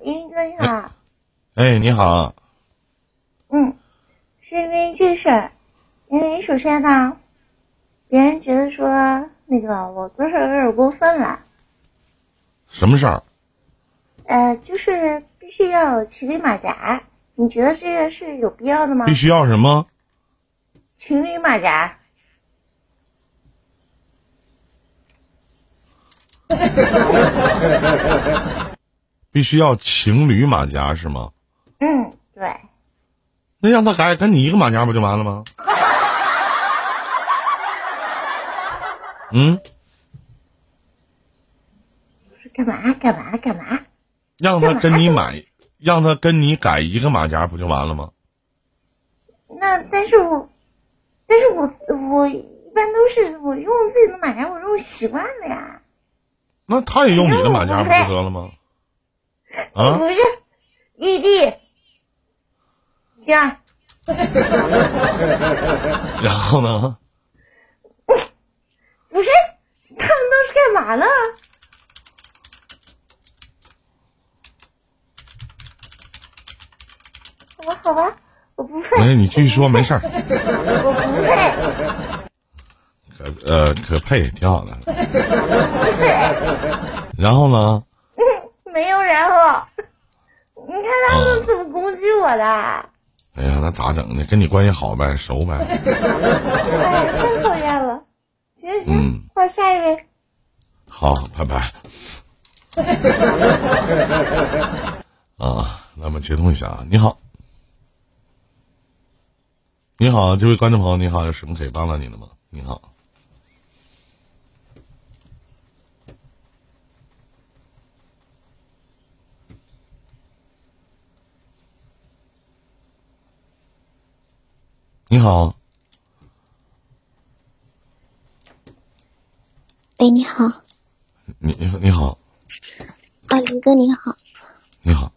问啊，哎，你好，嗯，是因为这事儿，因为首先呢，别人觉得说那个我做事儿有点过分了，什么事儿？呃，就是必须要有骑驴马甲，你觉得这个是有必要的吗必？须要什么？骑驴马甲，必须要情侣马甲是吗？嗯，对，那让他改跟你一个马甲不就完了吗？嗯，我说干嘛干嘛干嘛？让他跟你买，让他跟你改一个马甲不就完了吗？那但是我，但是我我一般都是我用自己的马甲，我用习惯了呀。那他也用你的马甲不就得了吗？啊，不是，玉帝，行，然后呢？不是，他们都是干嘛呢？好吧，好吧，我不配，没事，你继续说，没事儿。我不配，可呃可配挺好的。然后呢？没有然后。你看他们怎么攻击我的？哎呀，那咋整呢？跟你关系好呗，熟呗。哎呀，太讨厌了。行嗯行，换下一位。好，拜拜。 啊，那么接通一下啊，你好，你好，这位观众朋友，你好，有什么可以帮到你的吗？你好，你好，喂，你好，啊，你你好，林哥你好，你好，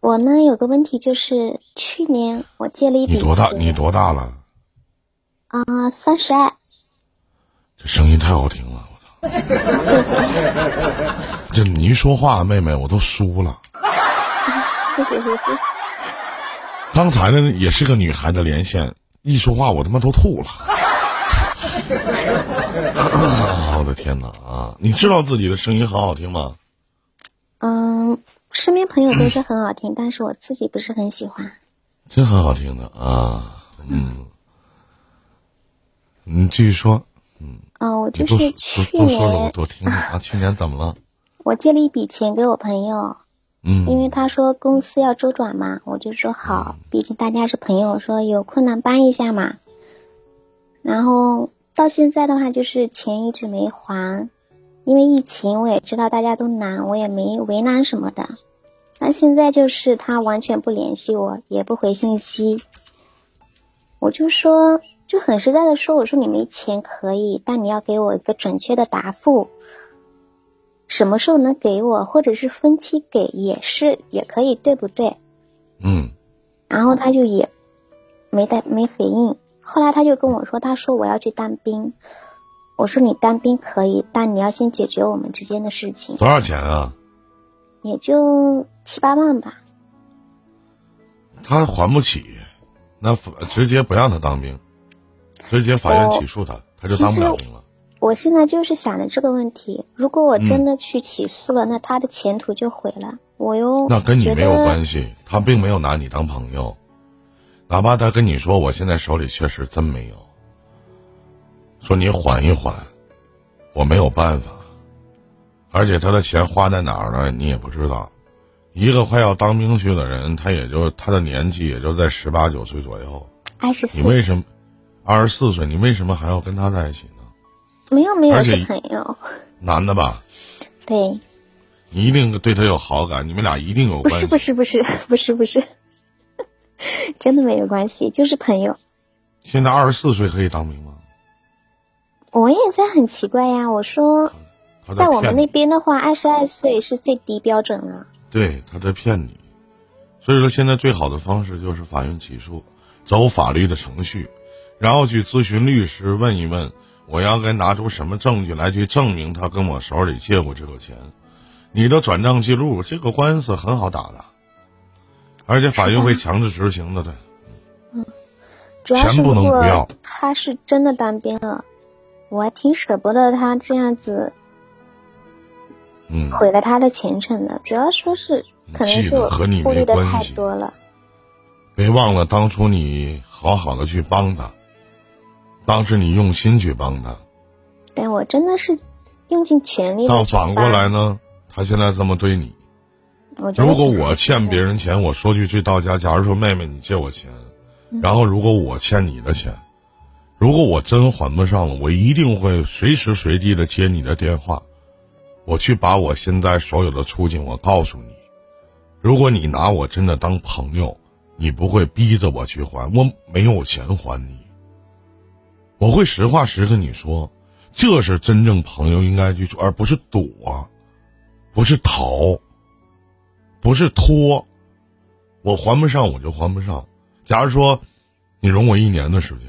我呢有个问题，就是去年我借了一笔你多大？钱你多大了？啊？三十二，这声音太好听了，我操！谢谢，这你一说话，妹妹我都输了。谢谢，谢谢。刚才呢也是个女孩的连线，一说话我他妈都吐了。 我的天哪啊！你知道自己的声音很好听吗？嗯，身边朋友都说很好听，但是我自己不是很喜欢。真很好听的啊，嗯，你继续说，啊、我你就多是说去多多说了我年多听听啊。去年怎么了？我借了一笔钱给我朋友，因嗯为他说公司要周转嘛，我就说好，毕竟大家是朋友，说有困难帮一下嘛。然后到现在的话，就是钱一直没还，因为疫情，我也知道大家都难，我也没为难什么的。但现在就是他完全不联系我，也不回信息，我就说就很实在的说，我说你没钱可以，但你要给我一个准确的答复。什么时候能给我，或者是分期给也是也可以，对不对？嗯，然后他就也没带没回应。后来他就跟我说，他说我要去当兵。我说你当兵可以，但你要先解决我们之间的事情，多少钱啊？也就七八万吧。他还不起，那法直接不让他当兵，直接法院起诉他，他就当不了兵了。我现在就是想着这个问题，如果我嗯真的去起诉了，那他的前途就毁了。我又那跟你没有关系。系，他并没有拿你当朋友，哪怕他跟你说我现在手里确实真没有，说你缓一缓，我没有办法，而且他的钱花在哪儿呢，你也不知道。一个快要当兵去的人，他也就他的年纪也就在十八九岁左右，二十你四，为什么二十四岁？你为什么还要跟他在一起呢？没有没有而且是朋友， 男的吧，对，你一定对他有好感，你们俩一定有不关系。是不是不是不是不是， 真的没有关系，就是朋友。现在二十四岁可以当兵吗？我也在很奇怪呀，我说他在我骗们你那边的话，二十二岁是最低标准了。对他在骗你，所以说现在最好的方式就是法院起诉，走法律的程序，然后去咨询律师，问一问我要该拿出什么证据来去证明他跟我手里借过这个钱。你的转账记录，这个官司很好打的，而且法院会强制执行的，对。主要是钱不如能不要果他是真的当兵了，我还挺舍不得他这样子嗯，毁了他的前程的。主要说是可能记是得我和你顾没虑的关太系多了。别忘了当初你好好的去帮他，当时你用心去帮他，但我真的是用尽全力。但反过来，呢，他现在这么对你。我觉得如果我欠别人钱，我说句句到家。假如说妹妹你借我钱，然后如果我欠你的钱，如果我真还不上了，我一定会随时随地的接你的电话，我去把我现在所有的处境我告诉你。如果你拿我真的当朋友，你不会逼着我去还，我没有钱还你，我会实话实跟你说，这是真正朋友应该去做，而不是躲，不是逃。不是拖，我还不上我就还不上。假如说你容我一年的时间，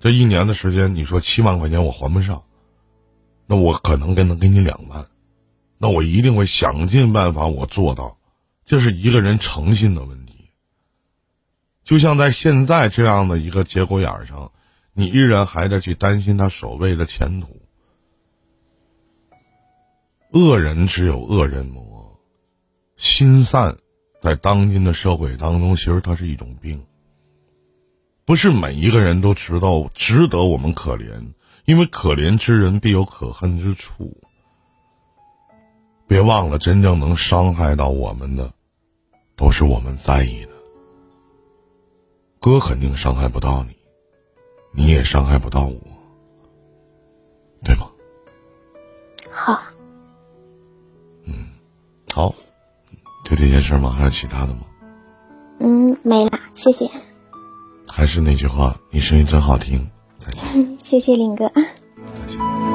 这一年的时间，你说七万块钱我还不上，那我可能给能给你两万，那我一定会想尽办法我做到，这是一个人诚信的问题。就像在现在这样的一个节骨眼儿上，你依然还在去担心他所谓的前途。恶人只有恶人磨，心散，在当今的社会当中，其实它是一种病。不是每一个人都知道值得我们可怜，因为可怜之人必有可恨之处。别忘了，真正能伤害到我们的，都是我们在意的。哥肯定伤害不到你，你也伤害不到我，对吗？好，好，就这件事吗？还有其他的吗？嗯，没啦，谢谢，还是那句话，你声音真好听，再见，嗯谢谢林哥啊。再见。